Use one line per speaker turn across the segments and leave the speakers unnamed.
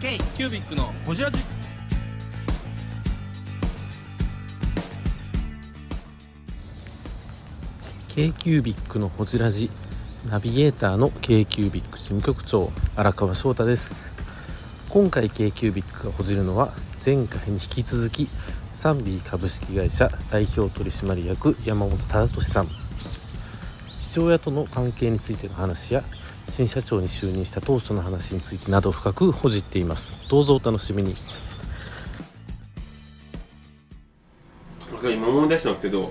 K キュービックのホジラジ。
k キュービックのほじらじナビゲーターの k キュービック事務局長荒川翔太です今回 k キュービックがほじるのは前回に引き続きサンビー株式会社代表取締役山本忠俊さん父親との関係についての話や新社長に就任した当初の話についてなど深くほじっていますどうぞお楽しみに
今思い出したんですけど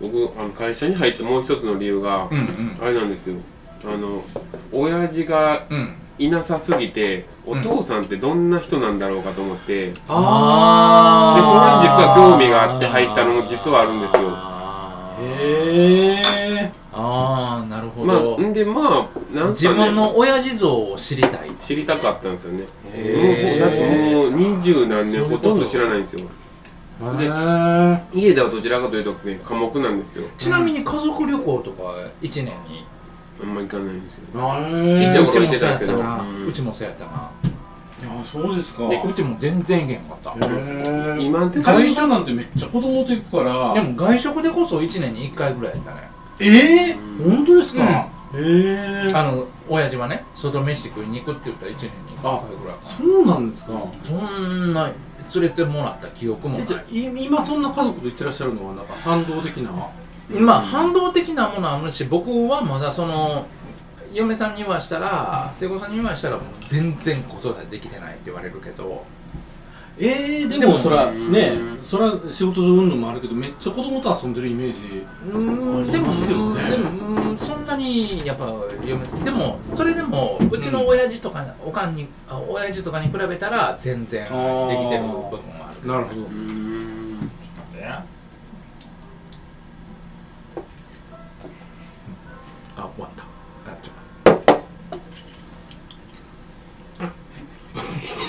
僕あの会社に入ってもう一つの理由が、
うんうん
あれなんですよあの親父が
うん
いなさすぎてお
ん
父さんってどんな人なんだろうかと思って、でそれに実
あー
は興味があって入ったのも実はあるんですよ
へえああなるほ
ま
ど、
あんでまあなんす
自
かね
分の親父像を知りたい
知りたかったんですよね
へー
もうもう二十何年
そうい
ほ
うこと
とんど知らないんですよ
へー
家ではどちらかというとね寡黙なんですよ
ちなみに家族旅行とか1年に
あんま行かないんですよ
ち
ちっちゃ
う
い頃行
ちもそうやった
ってたんですけど
な
うん
うちもそうやったな
あそうですか
で
うちも全然行けんかった
へえ
今って
会社なんてめっちゃ子供と行くから
でも外食でこそ1年に1回ぐらいやったね
ええ本当ですか
う
へ
ん
え
あの親父はね外飯食いに行くって言ったら1年に1回ぐらいか
そうなんですか
なそんな連れてもらった記憶も
え
ない
じゃあい今そんな家族と行ってらっしゃるのはなんか反動的な
まあ反動的なものはあるし僕はまだその嫁さんに言わしたら聖子さんに言わしたらもう全然子育てできてないって言われるけど
ええで
で
も
も
そら
うん
ねそら仕事上云々もあるけどめっちゃ子供と遊んでるイメージ
うんでも
そうなんですけどね
でもうんそんなにやっぱ嫁でもそれでもうちの親父とか、おかんにあ親父とかに比べたら全然できてる部分もある
なるほど
うん
あ終わったあちょ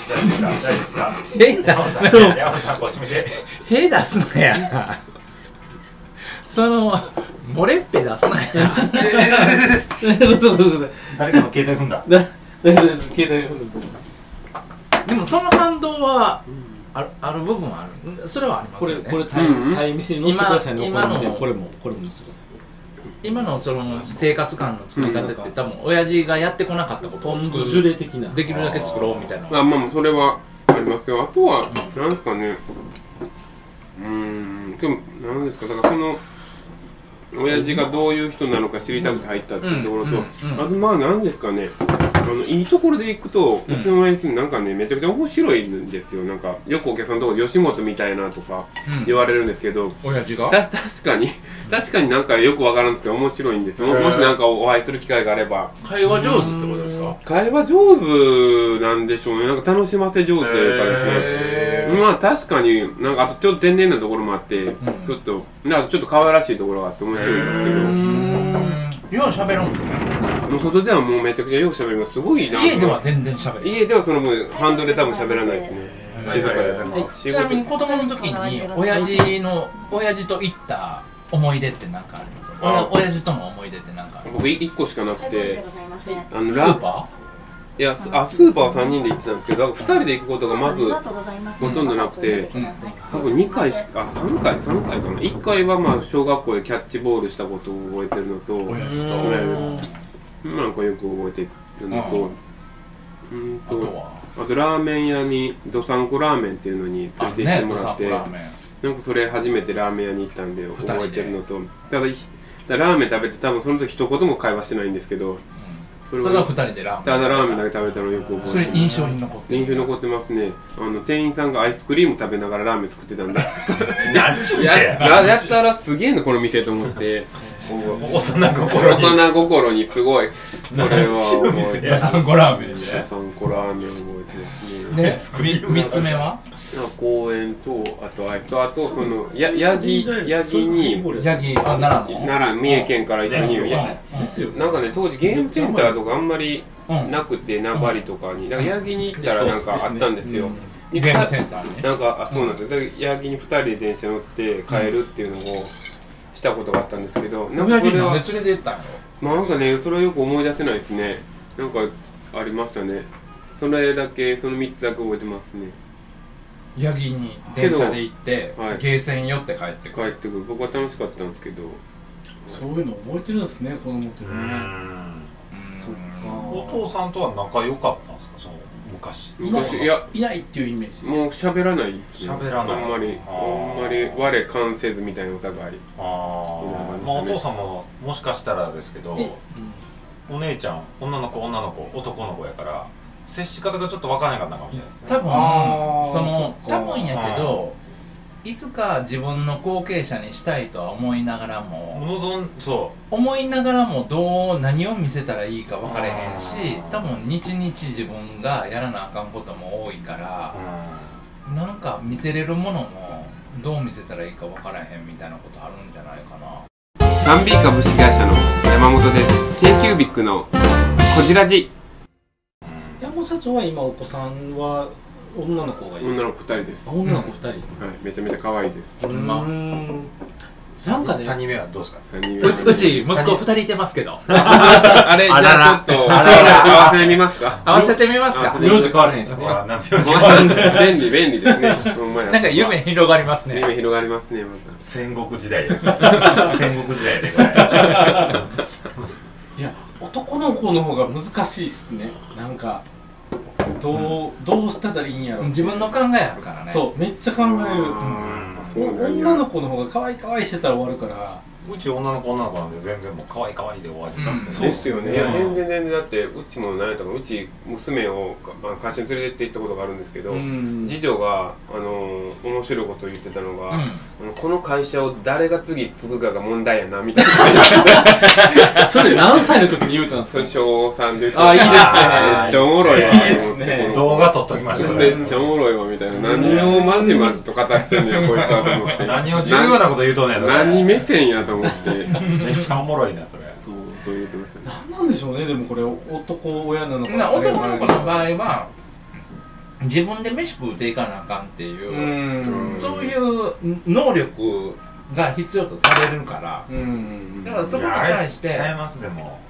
大丈夫ですか
変出すな
大丈夫ですか
よ
山本さんこっち見て
へ出すなやその漏れっぺ出すなや
そうそうそう
誰かの携帯踏んだ
だ大丈夫です携帯本
でもその反動はあるある部分はあるんそれはあります
こ
よ
れ
ね
これタイ
うんうん
タイ見せに載せてくださいね
今
これも
今の
ねこれもこれも載せてください
今のその生活感の作り方って多分親父がやってこなかったこと
ポ
を
ン
作
酢ジュ
る
レ的な
できるだけ作ろうみたいな
あまあそれはありますけどあとは何ですかねうーんでも何ですかだからその親父がどういう人なのか知りたくて入ったっていうところと、
うんうんうん
あとまあ何ですかねあのいいところで行くと、
うん
僕の親父なんかねめちゃくちゃ面白いんですよなんかよくお客さんのところで吉本みたいなとか
うん
言われるんですけど、
親父が
た確かに確かになんかよくわからんですけど面白いんですよもしなんかお会いする機会があれば
会話上手ってことですか
会話上手なんでしょうねなんか楽しませ上手というかですね、
へ
まあ確かになんかあとちょっと天然なところもあって、
ん
ちょっとなんかちょっと可愛らしいところがあって面白いんですけど、
うんよう喋るんですね
もう外ではもうめちゃくちゃよく喋りますすごいな
家では全然喋れない
家ではその分ハンドで多分喋らないですね
は
静
い
かで
ちなみに子供の時に親父の親父と行った思い出って何かあります
あ
親親父との思い出って何かある
僕1個しかなくてあの
ス
ラ
ーパ
いやスあスーパーは3人で行ってたんですけどだから2人で行くことがまず
ほ
とんどなくて
うん
多分2回しかあ3回3回かな1回はまあ小学校でキャッチボールしたことを覚えてるのと
ー親父
う
と
んなんかよく覚えてるのとうん
あ
と
とは
あとラーメン屋にどさんこラーメンっていうのに連れて行っ
ね
てもらって、
ラーメン
なんかそれ初めてラーメン屋に行ったんで
人で
覚えてるのとただひただラーメン食べて多分その時一言も会話してないんですけどそれ
ただ
は
二人でラーメン
ただラーメンだけ食べたのをよく
そ
覚え
れ
てる
印象に残ってる
印象に残ってますねあの店員さんがアイスクリーム食べながらラーメン作ってた んだ
何ちゅうて
や
や
ややったらすげえなこの店と思って
幼心に
幼心にすごいそれは覚えて
どさんこラーメンで
どさんこラーメン覚えてますね
でみ三つ目は
まあ公園とあとあいつとあとそのやヤギヤギに
ヤギあ奈良の
奈良三重県から一緒にや
ですよ
なんかね当時ゲームセンターとかあんまり
うん
なくて名張とかにだからヤギに行ったらなんかあったんですよ
ゲームセンターにね
なんかあそうなんですよだからヤギに2人で電車乗って帰るっていうのをしたことがあったんですけどなんか
親
そ
父
れ
なん
は
で連れて行ったんよ
なんかねそれはよく思い出せないですねなんかありましたねそれだけその3つだけ覚えてますね
ヤギに電車で行って、
はい
ゲーセン寄って帰ってく
帰
る
ってくる僕は楽しかったんですけど
そういうの覚えてるんですね子供ってねそっ
お
か
父さんとは仲良かったんですかその昔
昔いや
いないっていうイメージ
もう喋らないですね
喋らない
あんまり
あー
あんまり我関せずみたいなお互い
ああ、まあお父さんももしかしたらですけどお姉ちゃん女の子女の子男の子やから接し方がちょっと分からなかったかもしれないですね
多分
あー
そ
そ
の
っか
多分やけどいつか自分の後継者にしたいとは思いながらも
望んそ
思いながらもどう何を見せたらいいか分かれへんし
あー
多分日々自分がやらなあかんことも多いか
う、
らなんか見せれるものもどう見せたらいいか分からへんみたいなことあるんじゃないかな
3B 株式会社の山本です k キュービックのこじらじ
山本社長は今お子さんは女の子がいる
女の子2人です
あ
は
女の子2人
いめちゃめちゃ可愛いです
うーん
まあ
なんか
3
ね
人目はどうですか
何
う
が
ちうち息子2人いてますけど
あれじゃ
あらら
あちょっと
あら
合
ら
わせてみますか
合わせてみますか
合わせて
名字変わらへんですね
ほ ら何秒か
便利便利ですねほんまや
なんか夢広がりますね
夢広がりますねまた
戦国時代戦国時代やでこれ
いや男の子の方が難しいっすねなんかどうどうしたらいいんやろ
自分の考えあるからね
そうめっちゃ考える
あー
お
そうなんや
女の子の方が可愛い可愛いしてたら終わるから
うち女の子女の子なんで全然もう可愛い可愛いで終わりなんですけ
う
ど、
ん
ですよね、いや全然全然だってうちも何やったかなうち娘を、まあ、会社に連れてって行ったことがあるんですけど、
ん
次女があのー面白いことを言ってたのが、
うん
あのこの会社を誰が次継ぐかが問題やなみたいな
それ何歳の時に言うたんです
そ
か
れ小3で言って
あいいですね
めっちゃおもろいわ
いいですね
と思
動画撮っときましょう
ってめっちゃおもろいわみたいな何をまじまじと語ってんねやこいつはと思って
何を重要なこと言うとんねんとか
何目線やと思って
めっちゃおもろいなそれ
そうそう言ってましたね
何なんでしょうねでもこれ男親なのか
な男の子の場合は自分で飯食うていかなあかんっていうう、
ん
そういう能力が必要とされるから
う、ん
だからそこに
いやあれ
対して
違いますでも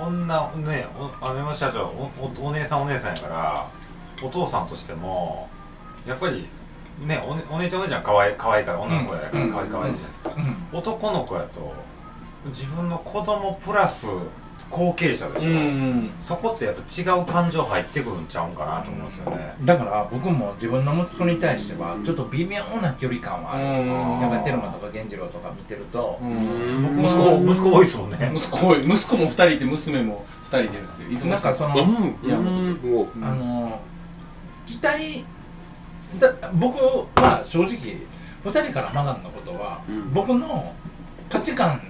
女ねお姉社長おおお姉さんお姉さんやからお父さんとしてもやっぱりねお,、ね、お姉ちゃんお姉ちゃん可愛い可愛いから女の子やから
うん
可愛い可愛いじゃないですか、
うん
男の子やと自分の子供プラス後継者でし
う
ょ、
ん
そこってやっぱ違う感情入ってくるんちゃうんかなと思うんですよね、
だから僕も自分の息子に対してはちょっと微妙な距離感はある、
うん
やっぱりテルマとか源次郎とか見てると、
うん
息子息子多いですもんね
息子多い息子も2人いて娘も2人いてるんですよ忙しい
なんかその、
うん
いや
うんお
あの期待だ僕は正直2人から学んだことは、
うん
僕の価値観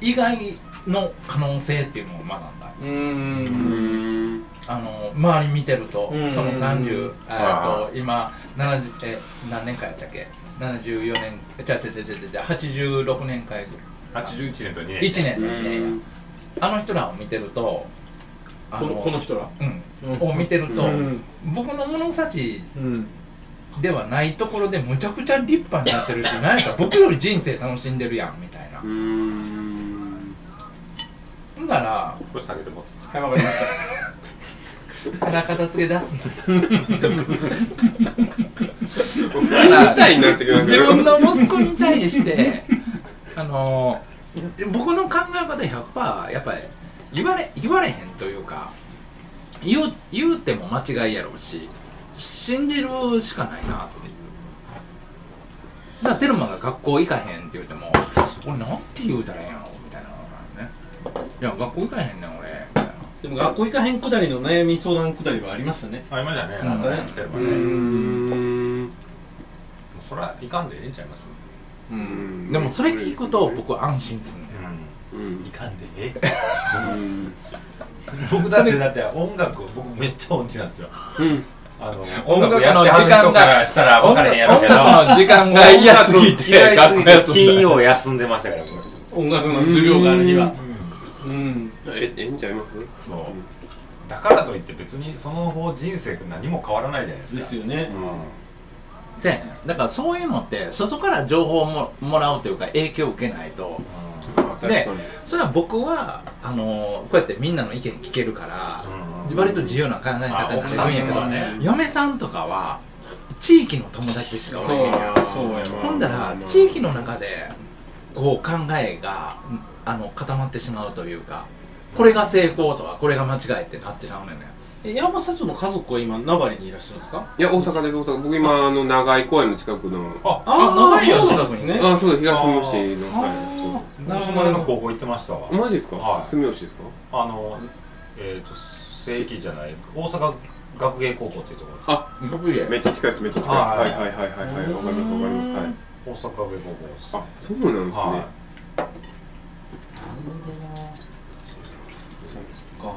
以外の可能性っていうのを学んだ
う
うんん
あの周り見てると、
うん
その30、えー
あ
と今70え何年間やったっけ74年ちゃちゃちゃちゃちゃ86年間
81年と2年
1年だ
う
ね、
ん
あの人らを見てるとあ
このこの人ら
うん
うん
を見てると、
うん
僕の物差し
うん
ではないところでむちゃくちゃ立派になってるし何か僕より人生楽しんでるやんみたいな
うん
ほんなら
これ下げてもらって
はいわかりました
皿片付け出す
みたいになってく
な
る
自分の息子に対 してあの僕の考え方100%やっぱり言われ言われへんというか言う言うても間違いやろうし信じるしかないなっていうだからテルマが学校行かへんって言うても俺なんて言うたらええんやろみたいなのがあるねいや学校行かへんねん俺みたいな
でも学校行かへんくだりの悩み相談くだりはありましたね
ありましたね
あったね
見てれば
う
ねもうんそれはいかんでええんちゃいます
う
でもそれ聞くと僕安心すんねん
う
うん
いかんでええ
うん
僕だってだって音楽僕めっちゃ音痴なんですよ
うん
あの
音
音
楽の
楽やってはる人からしたら分からへんやろうけど
音楽の時間が嫌すぎて
嫌いすぎ
学校休ん
て
だ
金曜休んでましたから僕
音楽の授業がある日はうん
えええんちゃいます
そうだからといって別にその方人生何も変わらないじゃないですか
ですよね
せやねんだからそういうのって外から情報をももらうというか影響を受けないと
うん
わ確
で
かに
それは僕はあのこうやってみんなの意見聞けるから
うん
割と自由な考え方になるんやけ
あ
ど、
奥さんとかね
嫁さんとかは地域の友達しかおらへんやん
そうやな
ほんだら地域の中でこう考えがあの固まってしまうというかこれが成功とかこれが間違いってなってしまうのよね
え山本社長の家族は今名張にいらっしゃるんですか
いや大阪です大阪僕今あの長井公園の近くの
あ
あ
あ
長い
そう
なんですね
あそうです東村市のは
あ
い
ー
な
な
る
る
ほ
ほ
ど
ど
俺の高校行ってましたわ
そうマジです
は
か
い
住吉ですか
あのえっと正規じゃない大阪学芸高校っていうところです
あめっちゃ近いですめっちゃ近いです
あー
はいはいはいはいはいわかりますわかりますはい
大阪上高校です
あそうなんですね
は
そうです
か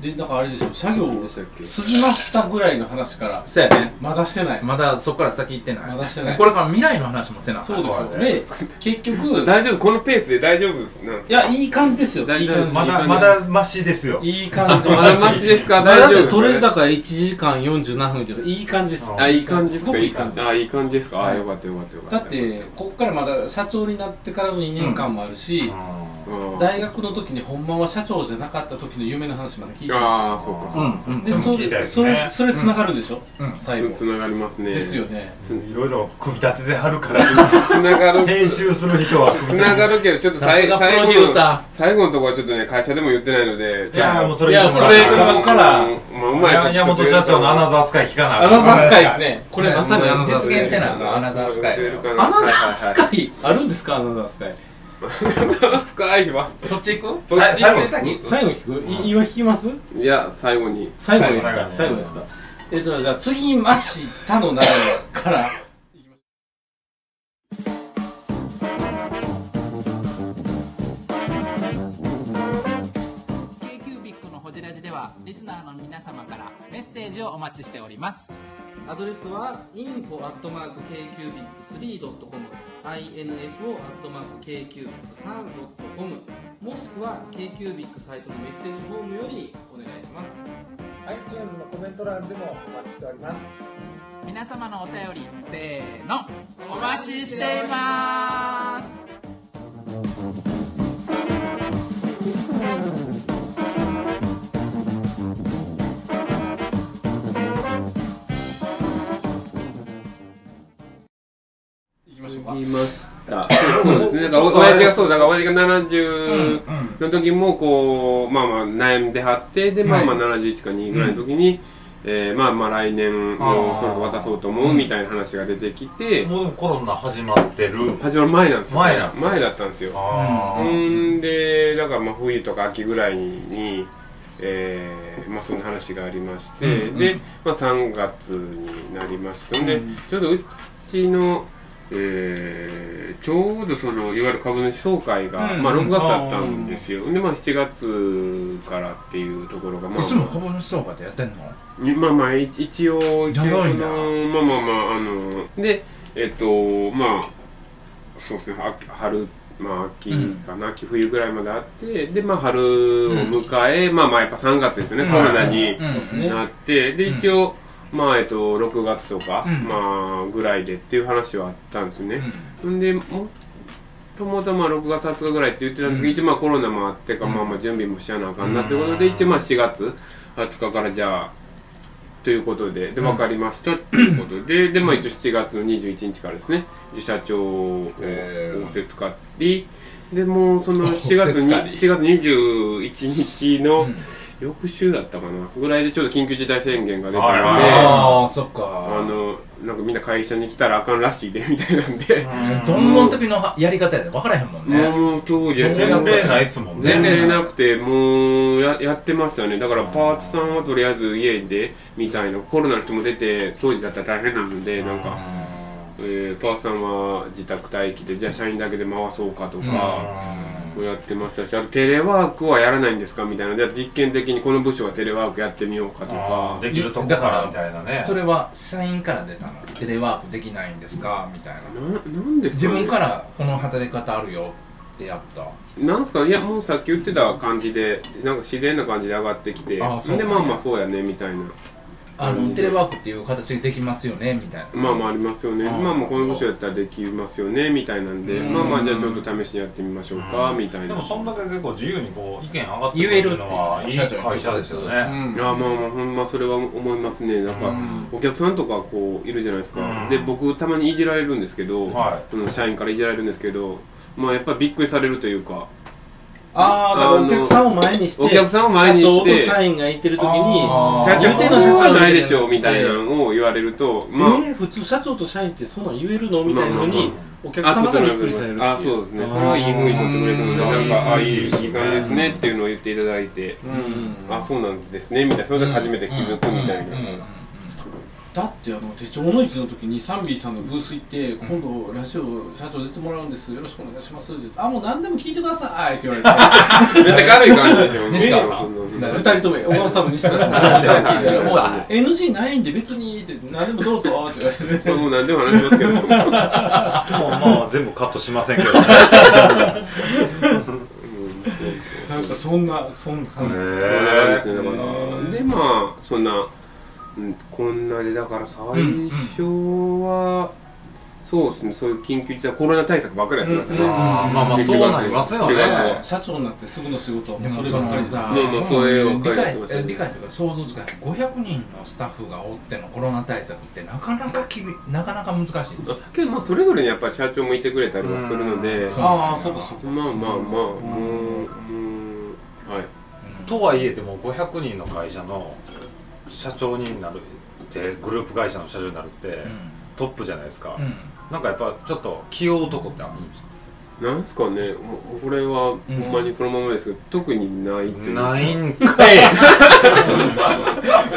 でだからあれですよ作業
何
を
でしたっけ
過ぎましたぐらいの話から
そうやね
まだしてない
まだそこから先行ってない
まだしてない
これから未来の話もせなあかん
そうです
そ
よ
うね
で結 局
大丈夫このペースで大丈夫ですなんです
い
か
やいい感じですよ
大
いい
丈夫
感
で
じ
す
まだまだマシですよ
いい感じです
まだマシですか
まあ
大丈
だ
夫
っ
です
て取れたから1時間47分っていうのはいい感じです
あいい感じです
す
か
ごく
い
い
い
い
感
感
じ
じ
あいい感じですかあ
はい
よかったよかったよか
だ
った
ってここからまだ社長になってからの2年間もある
うん
し、
うん
大学の時にほんまは社長じゃなかった時の夢の話まで聞いてま
ああそうか
う
そ
ん
う
う
か
ん
すで
でも
そ
聞いた
れ
よね
それそれつながるでしょ、
うん
最後
つながりますね
ですよね
つ
いろいろ組み立ててはるから
つなが る
編集する人は組み
つ
立
な
て
がるけどちょっと
さす
最
がプ
最
ロ
後
デュー
の
サ
最後のところはちょっとね会社でも言ってないので
いやもうそれ
いや
こ
そ
れ
れ
こ
それ
れ
ここ
か
からら
うまいこと
山本社長のアナザースカイ聞かな
アナザースカイですねこれまさにアナザース
実現せ
カイ
なあかんアナザースカイ
ア
ア
ナザースカイあるんですかアナザースカイ
アナザースカイは
そっち行く
そっち行く
先
最後聞く、い今聞きます
いや最後に
最後ですか
最
最
後
後
で
ですす
ね
かえっとじゃあ次ましたの流れから
アドレスは info.kcubic3.com info.kcubic3.com もしくは KQBIC サイトのメッセージフォームよりお願いします
iTunes のコメント欄でもお待ちしております
皆様のお便りせーのお待ちしています
いきましょうか
言いました。そうですね。だからお、親父がそう、だから、親父が70の時も、こう、まあまあ、悩んではって、で、まあまあ、71か2ぐらいの時に、えーまあまあ、来年、もう、そろそろ渡そうと思う、みたいな話が出てきて、
もうコロナ始まってる
始まる前なんですよ。
前なんですよ
前だったんですよ。
あ
ほんで、だからまあ冬とか秋ぐらいに、えーまあ、そんな話がありまして、で、まあ、3月になりましたんで、ちょうどうちの、えーちょうどそのいわゆる株主総会が、
うん
まあ、6月だったんですよで、まあ、7月からっていうところが、まあ、
いつも株主総会でやってんの
まあまあ一一応一応そ
長いんだ
のまあまあまああのでえっとまあそうですね秋春まあ秋かな、秋冬ぐらいまであってでまあ春を迎え、まあまあやっぱ3月ですね、コロナに
うん
そうですね
なってで
うん
一応、まあえっと6月とか、
うん
まあぐらいでっていう話はあったんですね、んでもともとまあ6月20日ぐらいって言ってたんですけど、一応まあコロナもあってか、
うん
まあまあ準備もしやなあかんなってことで、一応まあ4月20日からじゃあということでで
ん
分かりましたということで、でまあ一応7月の21日からですね自社長を
へー
仰せつかりでもうその4月に
仰
4
せつかり
月21日の
うん
翌週だったかなぐらいでちょうど緊急事態宣言が出た
あ
の
ら
で
ああそっか
あのなんかみんな会社に来たらあかんらしいでみたいなんで。
そんな時のやり方やで分からへんもんね
もう当時
ー前例ないっすもんね
前例なくてもうややってましたねだからパーツさんはとりあえず家でみたいなコロナの人も出て当時だったら大変なのでなんか、えーパーツさんは自宅待機でじゃあ社員だけで回そうかとか。やってましたしあとテレワークはやらないんですかみたいなで実験的にこの部署はテレワークやってみようかと
あ
か
ーできるとこからみたいなね
それは社員から出たのテレワークできないんですかみたいな
ななんですか
自
ね、
分からこの働き方あるよってやった
なんすかいやもうさっき言ってた感じでなんか自然な感じで上がってきて
あーそう
でまあまあそうやねみたいな
あのテレワークっていう形でできますよねみたいな
まあまあありますよね、
うん
まあまあこの部署やったらできますよねみたいなんで、
うん
まあまあじゃあちょっと試しにやってみましょうかみたい
で
な、
も
あ
そんだけ結構自由にこう意見上がって
言えるっていう
のはいい会社ですよ
う
ね。
あまあまあほんまそれは思いますねなんか、
うん
お客さんとかこういるじゃないですか、
うん
で僕たまにいじられるんですけど、
はい
その社員からいじられるんですけどまあやっぱびっくりされるというか
ああ、だからお客さんを前にして、
お客さんを前にして
社長と社員がいてるときに、
あ
社
ー
言う
長
てん
の
の社
社
長
長ないでしょみたいなのを言われると
え
まあ
ー普通社長と社員ってそんなん言えるのみたいな
ま
の
あまあ
に
ま、
お客様がびっくりされるっていう。
あそうですねそれはいい風に取ってくれるのでなんかあいいいい感じですねっていうのを言っていただいて、あそうなんですねみたいなそれで初めて気づくみたいな、
うんうんうんうん
だってあの手帳の市の時にサンビーさんのブース行って今度ラジオ社長出てもらうんですよろしくお願いしますって言ってあもう何でも聞いてくださいって言わ
めっちゃ軽い感じでしょ
西川さん
れて二人ともお母さんも西川さんも何でも聞いて くださいもう NG ないんで別にって何でもどうぞって言 われて
もう何でも話しますけど
もうまあ全部カットしませんけどね。
なんかそんなそんな
そん
話で
な感じです
へ
ねだからでまあそんなうんこんなでだから最初は、そうですねそういう緊急事態コロナ対策ばっかりやってましたね、
うんうんうん
あーまあまあそうなりますよ
それが
ね。
す社長になってすぐの仕事はも
で
うそ
も
れ
そ
ばっかり
の
です
さ、
よ
まあまあそれを
理
書い
解
てましたね
え理解というか想像つかない500人のスタッフがおってのコロナ対策ってなかなかきびなかなか難しいです
あけどまあそれぞれにやっぱり社長もいてくれたりはするので、
そう
ああそうかそうか
まあまあまあ、もう、もう、はい。
とはいえでも500人の会社の社長になるってグループ会社の社長になるって、
う
トップじゃないですか、
ん、うん
なんかやっぱちょっと器用男ってあるんですか
なんすかね、もうこれはほんまにそのままですけど、特にないっていう。 い。
いんかい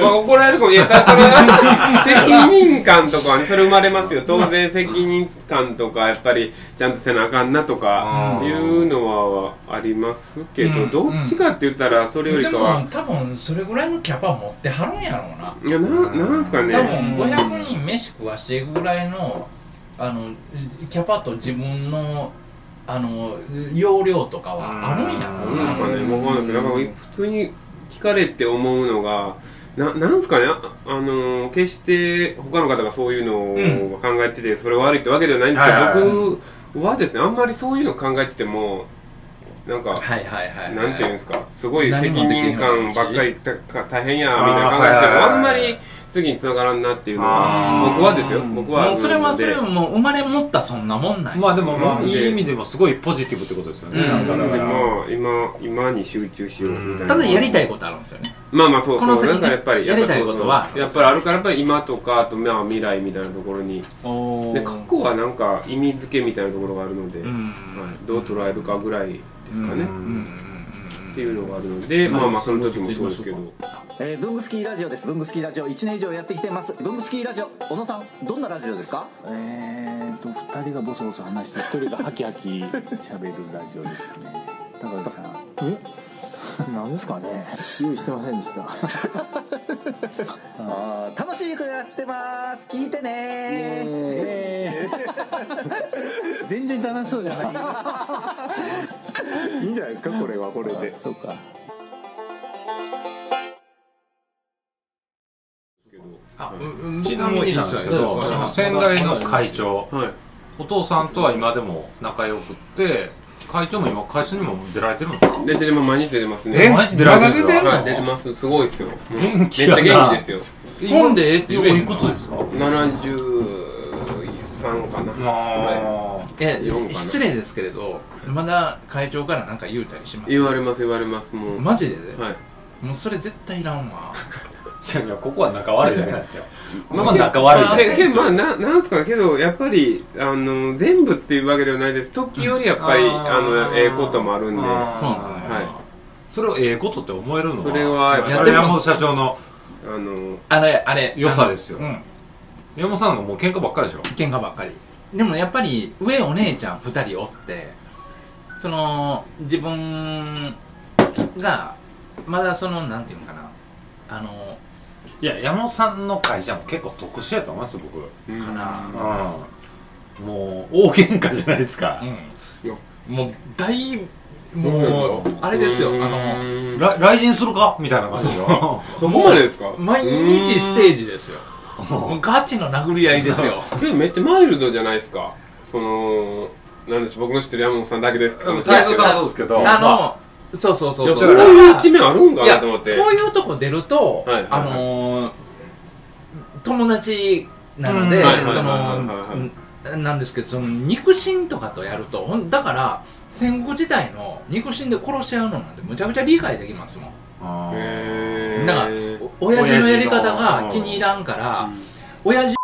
怒られるかも、いや、だから、責任感とかはね、それ生まれますよ。当然責任感とか、やっぱり、ちゃんとせなあかんなとか、
うん
いうのはありますけ
う
ど、
ん
どっちかって言ったら、それより
で
か
も
は、
多分それぐらいのキャパ持ってはるんやろうない
や、なん、なんすか
多
ね。
分500人飯食わしてぐらいのあのキャパと自分のあの容量とかはあるんや
な
ろ
ん
うな
ですかね、もうわかんないですけど、なんか普通に聞かれて思うのが、ななんですかね、ああのー決して他の方がそういうのを考えてて、それ悪いってわけではないんですけど、
はいはいはい
僕はですね、あんまりそういうの考えてても、なんか、
はいはいはい、はい、
なんていうんですか、すごい責
何もできへ
任
ん
感ばっかりたか大変や、
あー
みたいな考えてても、
はいはいはい
あんまり次につながらんなっていうの
あ
は
ー、
僕はですよ、僕はある
も
の
う
で。
それはそれはもう生まれ持ったそんなもんない、
まあでもまあ
うん
いい意味でもすごいポジティブってことですよね、
うん
なん
な
かだ
の
か
で
ら、
まあ、今、今に集中しようみたいな。
ただやりたいことあるんですよね
まあまあそうそ
この
う、
先ね
なんかやっぱり
やりたいことは
やっぱりあるからやっぱり今とかあとまあ未来みたいなところに
お
で過
ー
去はなんか意味付けみたいなところがあるので、
ん
はいどう捉えるかぐらいですか
うんうんう
ね、
うん
ん
っていうのがあるので、まあまあその時もそうですけど
えー、ブングスキーラジオです。ブングスキーラジオ1年以上やってきてます。ブングスキーラジオ、小野さん、どんなラジオですかえーと、2人がボソボソ話して、1人がハキハキ喋るラジオですね。高橋さん。 え何ですかね用意してませんでした。 あー楽しくやってます聞いてねー 全然楽しそうじゃない。いいんじゃないですかこれはこれで。そうか。
あうんうん
ちなみになんですけ
僕
ど
は
そ
いい
の
です
先代の会長
はい
お父さんとは今でも仲良くって会長も今会社にも出られてるんですか
ででも毎日出てますね
え
はい
毎日出られてるんですか
はい出てますすごいですよ、うん
元気やな
めっちゃ元気ですよ
ほんでええって言えへんの
おいくつですか
73かなはい
あ
え
四かな
失礼ですけれどまだ会長からなんか言うたりします
言われます言われますもう、
マジで、
はい
もうそれ絶対いらんわ
ーいやいやここは仲悪いだけなんですよ ここ
ま
は
あ
仲悪いだけ
でけどまあななんすかねけどやっぱりあの全部っていうわけではないです時よりやっぱり、あのええこともあるんで
あー
そうなのよ
は
それをええことって思えるのは
それは
やっぱり山本社長の
あの
あれあれ
良さですよ
あのうん
山本さんがもう喧嘩ばっかりでしょ
喧嘩ばっかりでもやっぱり上お姉ちゃん2人おってその自分がまだそのなんていうのかなあの
いや山本さんの会社も結構特殊やと思いますよ僕
うん
かな
うんもう大喧嘩じゃないですか
うんもう大
僕ら
もう
の
あれですよあ
う
の
ーん
ら来陣するかみたいな感じよ。
そこまでですか
毎日ステージ ですよもうガチの殴り合いですよ
けどめっちゃマイルドじゃないですかそのなんでしょう僕の知ってる山本さんだけですか もしれないけど
あの、そうそうそう
いや
そう。
そういう一面あるんか
いや
なと思って
こういうとこ出ると、
はいはいはい
あのー友達なの
う
で
んはいはい、はい
そ
は
の、なんですけど、その肉親とかとやると、ほんだから、戦後時代の肉親で殺し合うのなんてむちゃくちゃ理解できますもん。だから、お親父のやり方が気に入らんから、親父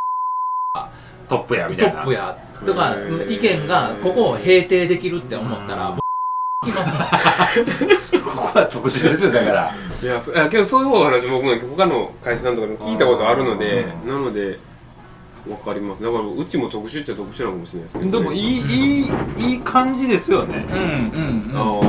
トップやみ
ト
たいな。
ップやとか意見がここを平定できるって思ったら、
ここは特殊ですよだから
いやそいやけどそういうお話僕も他の会社さんとかでも聞いたことあるのでなのでわかりますだからうちも特殊っちゃ特殊なのかもしれないですけど、ね、
でもいいいいいい感じですよね。
うん
あ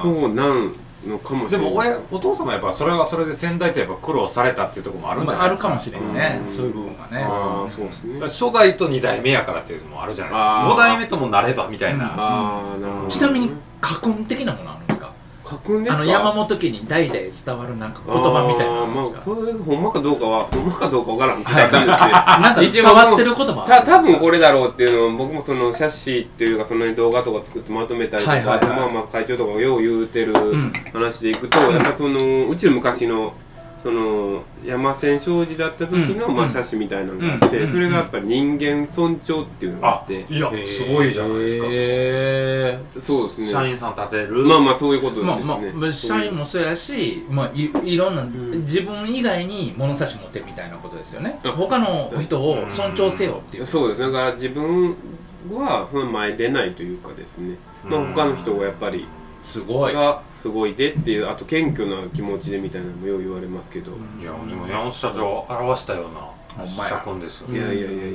あそうなんのかもし
で
れない
も親お父様やっぱそれはそれで先代とやっぱ苦労されたっていうところもあるんじゃ
ま
な
あ
い
あ
で
るか
す
もしれんね、そういう部分はね。
あ
あそうですね
初代と二代目やからっていうのもあるじゃないですか
あー
五代目ともなればみたいな
ああなるほど
ちなみに家訓的なものあるんですか
家訓
あの山本家に代々伝わるなんか言葉みたいなのあるんですか
あーまあそれほんまかどうかは ほんまかどうかわからんって言ったんです けど
はいなんか
一応
伝わってる言葉
た多分これだろうっていうのを僕もその写真っていうかそんなに動画とか作ってまとめたりとか、
はいはいはい
あとまあまあ会長とかがよう言うてる
ん
話でいくと、やっぱそのうちの昔のその山千庄司だった時の、
うん
まあ写真みたいなのがあって、
うん
それがやっぱ人間尊重っていうのがあって
いやすごいじゃないですか
へ
えそうですね
社員さん立てる
まあまあそういうことです
まあ
ね、
まあ、社員もそうやし、まあ、いいろんな、自分以外に物差し持てみたいなことですよね他の人を尊重せよっていう、
そうですねだから自分はその前出ないというかですね、まあ、
うん
他の人がやっぱり
すごい
がすごいでっていうあと謙虚な気持ちでみたいなのもよう言われますけど
いやでも山本社長を表したよう
ほ
な
んまや
社訓ですよ
いやいやいやいやいや
へ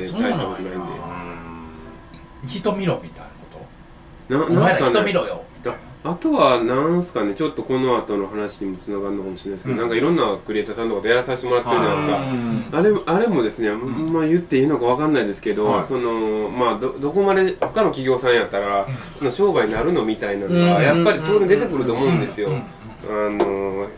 え
僕
そうな
はもう全然
ん
大
や
したことないんで
人見ろみたいなこ
な
とお前ら
なんすか
人
ね
見ろよ
あとはなんすかねちょっとこの後の話にもつながるのかもしれないですけど、
うん
なんかいろんなクリエイターさんとかでやらさせてもらってるじゃないですかあれもあれもですね、まあ言っていいのかわかんないですけど、
はい
そのまあどどこまで他の企業さんやったらその商売になるのみたいなの
う
が
ん
やっぱり当然出てくると思うんですよ、あの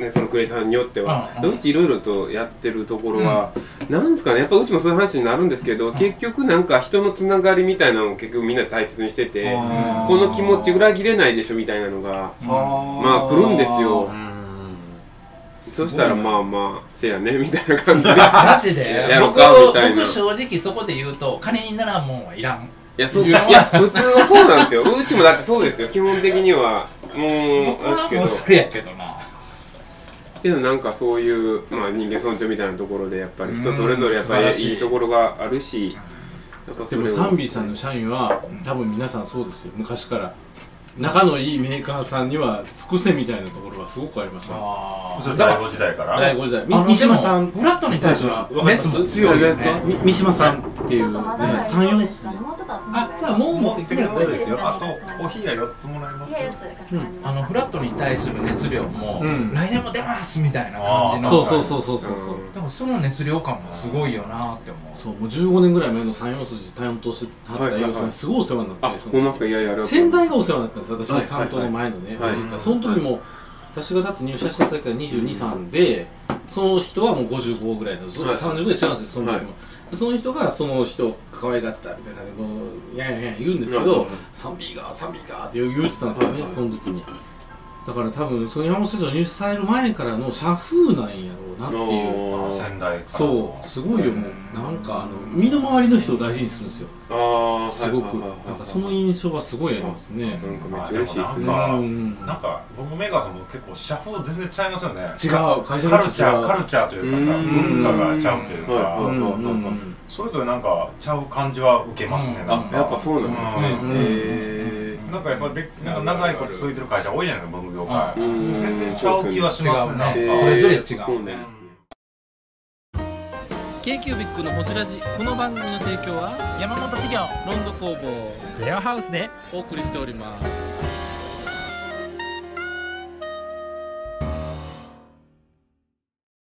ね、そのクリエイターさんによっては、でうちいろいろとやってるところは、なんすかねやっぱうちもそういう話になるんですけど、結局なんか人のつながりみたいなのを結局みんな大切にしててこの気持ち裏切れないでしょみたいなのが、まあ来るんですよ、そしたらまあまあせやね みたいな感 じで
マジで
やろう
僕
かみたいな
僕正直そこで言うと金にならんもんはいらん
いや、そういや、普通はそうなんですよ。うちもだってそうですよ。基本的には。もう、
僕は
あれ
もう
です
それやけどな。
けどなんかそういう、まあ人間尊重みたいなところで、やっぱり人それぞれやっぱ
うん素晴ら
り
し
い
い
いところがあるし、なんかそ
で
れを
もサンビーさんの社員は多分皆さんそうですよ昔から仲のいいメーカーさんには尽くせみたいなところはすごくありますよ
それ第五時代から
第5時代み
あの
三島さ
で
ん
もフラットに対しては熱も強いよね
み三島さんっていうね34
あじゃあもう持ってきてくれたらですよあと
コーヒーが4つもらいます
あのフラットに対する熱量も、
うん
来年も出ますみたいな感じの
そうそうそうそうそうそう
でもその熱量感もすごいよなって思う
そうもう15年ぐらい前の34筋担当してたった
はいはいは
洋
い
さんすごいお世話になってその
ほんまっすかいやいやありがとう
先代がお世話になったんです私の
はいはいは
担
い
当の前のね
はい
実はその時も私がだって入社した時から223でその人はもう55ぐらいだそう
はい
30ぐらい違うんですよその時も、
は
その人がその人を可愛がってたみたいな感じでもういやいやいや言うんですけ
はいはいは
ど
い
「サンビーがサンビーが」って言ってたんですよね、
はいはい
その時にだから多分その山本社長入社される前からの社風なんやろうなっていう
あー先代から
そうすごいよもうなんかあの身の回りの人を大事にするんですよ
ああ、
すごく
はいはいはいはい
なんかその印象はすごいありますね
なんかめっちゃ
なん
嬉しいです
か
ね。
なんか僕もメーカーさんも結構社風全然違いますよね
違う会社に
カ
よ
ル
って
チ
違
ャ
う
ーカルチャーというか
う
さ
ん
文化がちゃうというか
うんうんうんうん
それぞれなんかちゃう感じは受けますね、なんか
やっぱそうなんですね
うん
へ
なんかやっぱりなんか長いこと続いてる会社多いじゃないですか僕業界
うん
全然ちゃう気はしますね
違うね
なんか
それぞれ違う
そうね
k q b i c のホジラジこの番組の提供は山本資源ロンド工房レアハウスでお送りしております